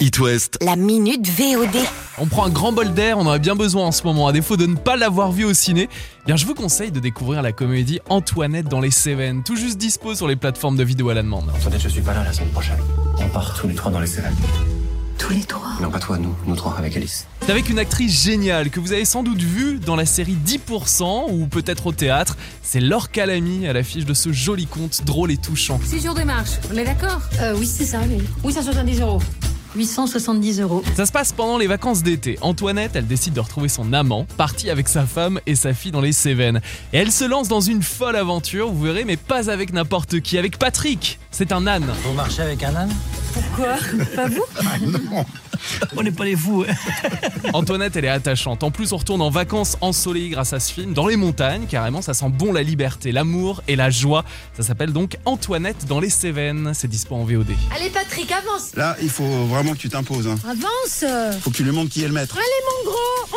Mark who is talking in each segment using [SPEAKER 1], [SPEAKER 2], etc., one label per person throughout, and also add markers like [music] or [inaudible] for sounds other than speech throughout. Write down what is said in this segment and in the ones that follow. [SPEAKER 1] It West.
[SPEAKER 2] La minute VOD.
[SPEAKER 3] On prend un grand bol d'air, on en a bien besoin en ce moment, à défaut de ne pas l'avoir vu au ciné. Eh Bien, je vous conseille de découvrir la comédie Antoinette dans les Cévennes, tout juste dispo sur les plateformes de vidéo à la demande.
[SPEAKER 4] Antoinette, je suis pas là la semaine prochaine. On part tous les trois dans les Cévennes.
[SPEAKER 2] Tous les trois.
[SPEAKER 4] Non, pas toi, nous, nous trois avec Alice.
[SPEAKER 3] C'est avec une actrice géniale que vous avez sans doute vue dans la série 10% ou peut-être au théâtre. C'est Laure Calamy à l'affiche de ce joli conte drôle et touchant.
[SPEAKER 5] 6 jours de marche, on est d'accord
[SPEAKER 6] Euh, oui, c'est ça, oui.
[SPEAKER 5] Oui, 170 euros.
[SPEAKER 6] 870 euros.
[SPEAKER 3] Ça se passe pendant les vacances d'été. Antoinette, elle décide de retrouver son amant, parti avec sa femme et sa fille dans les Cévennes. Et elle se lance dans une folle aventure, vous verrez, mais pas avec n'importe qui, avec Patrick. C'est un âne.
[SPEAKER 4] Vous marchez avec un âne Ah,
[SPEAKER 5] Pourquoi Pas vous
[SPEAKER 4] On n'est pas les fous, hein
[SPEAKER 3] [laughs] Antoinette, elle est attachante. En plus, on retourne en vacances ensoleillées grâce à ce film, dans les montagnes, carrément, ça sent bon la liberté, l'amour et la joie. Ça s'appelle donc Antoinette dans les Cévennes. C'est dispo en VOD.
[SPEAKER 6] Allez, Patrick, avance
[SPEAKER 7] Là, il faut vraiment que tu t'imposes. Hein.
[SPEAKER 6] Avance
[SPEAKER 7] Faut que tu lui montres qui est le maître.
[SPEAKER 6] Allez, mon gros, on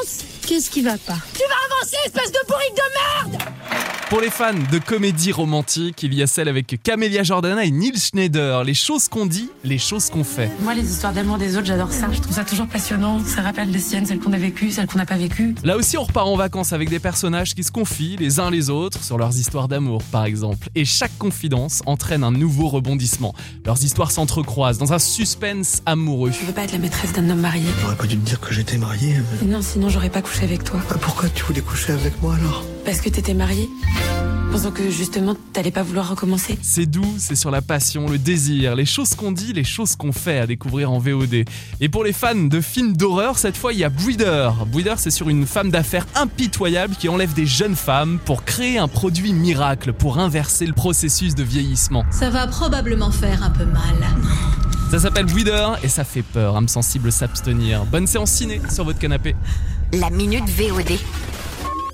[SPEAKER 6] avance Qu'est-ce qui va pas Tu vas avancer, espèce de bourrique de merde
[SPEAKER 3] Pour les fans de comédie romantique, il y a celle avec Camélia Jordana et Neil Schneider. Les choses qu'on dit, les choses qu'on fait.
[SPEAKER 5] Moi, les histoires d'amour des autres, j'adore ça. Je trouve ça toujours passionnant. Ça rappelle les siennes, celles qu'on a vécues, celles qu'on n'a pas vécues.
[SPEAKER 3] Là aussi, on repart en vacances avec des personnages qui se confient les uns les autres sur leurs histoires d'amour, par exemple. Et chaque confidence entraîne un nouveau rebondissement. Leurs histoires s'entrecroisent dans un suspense amoureux.
[SPEAKER 5] Je veux pas être la maîtresse d'un homme marié.
[SPEAKER 8] J'aurais pas dû te dire que j'étais marié. Ah,
[SPEAKER 5] Et non, sinon, j'aurais pas couché avec toi.
[SPEAKER 8] Pourquoi tu voulais coucher avec moi alors
[SPEAKER 5] Parce que t'étais mariée. Pensant que justement, t'allais pas vouloir recommencer.
[SPEAKER 3] C'est doux, c'est sur la passion, le désir, les choses qu'on dit, les choses qu'on fait à découvrir en VOD. Et pour les fans de films d'horreur, cette fois il y a Breeder. Breeder, c'est sur une femme d'affaires impitoyable qui enlève des jeunes femmes pour créer un produit miracle pour inverser le processus de vieillissement.
[SPEAKER 6] Ça va probablement faire un peu mal.
[SPEAKER 3] Ça s'appelle Breeder et ça fait peur, âme sensible s'abstenir. Bonne séance ciné sur votre canapé.
[SPEAKER 2] La minute VOD.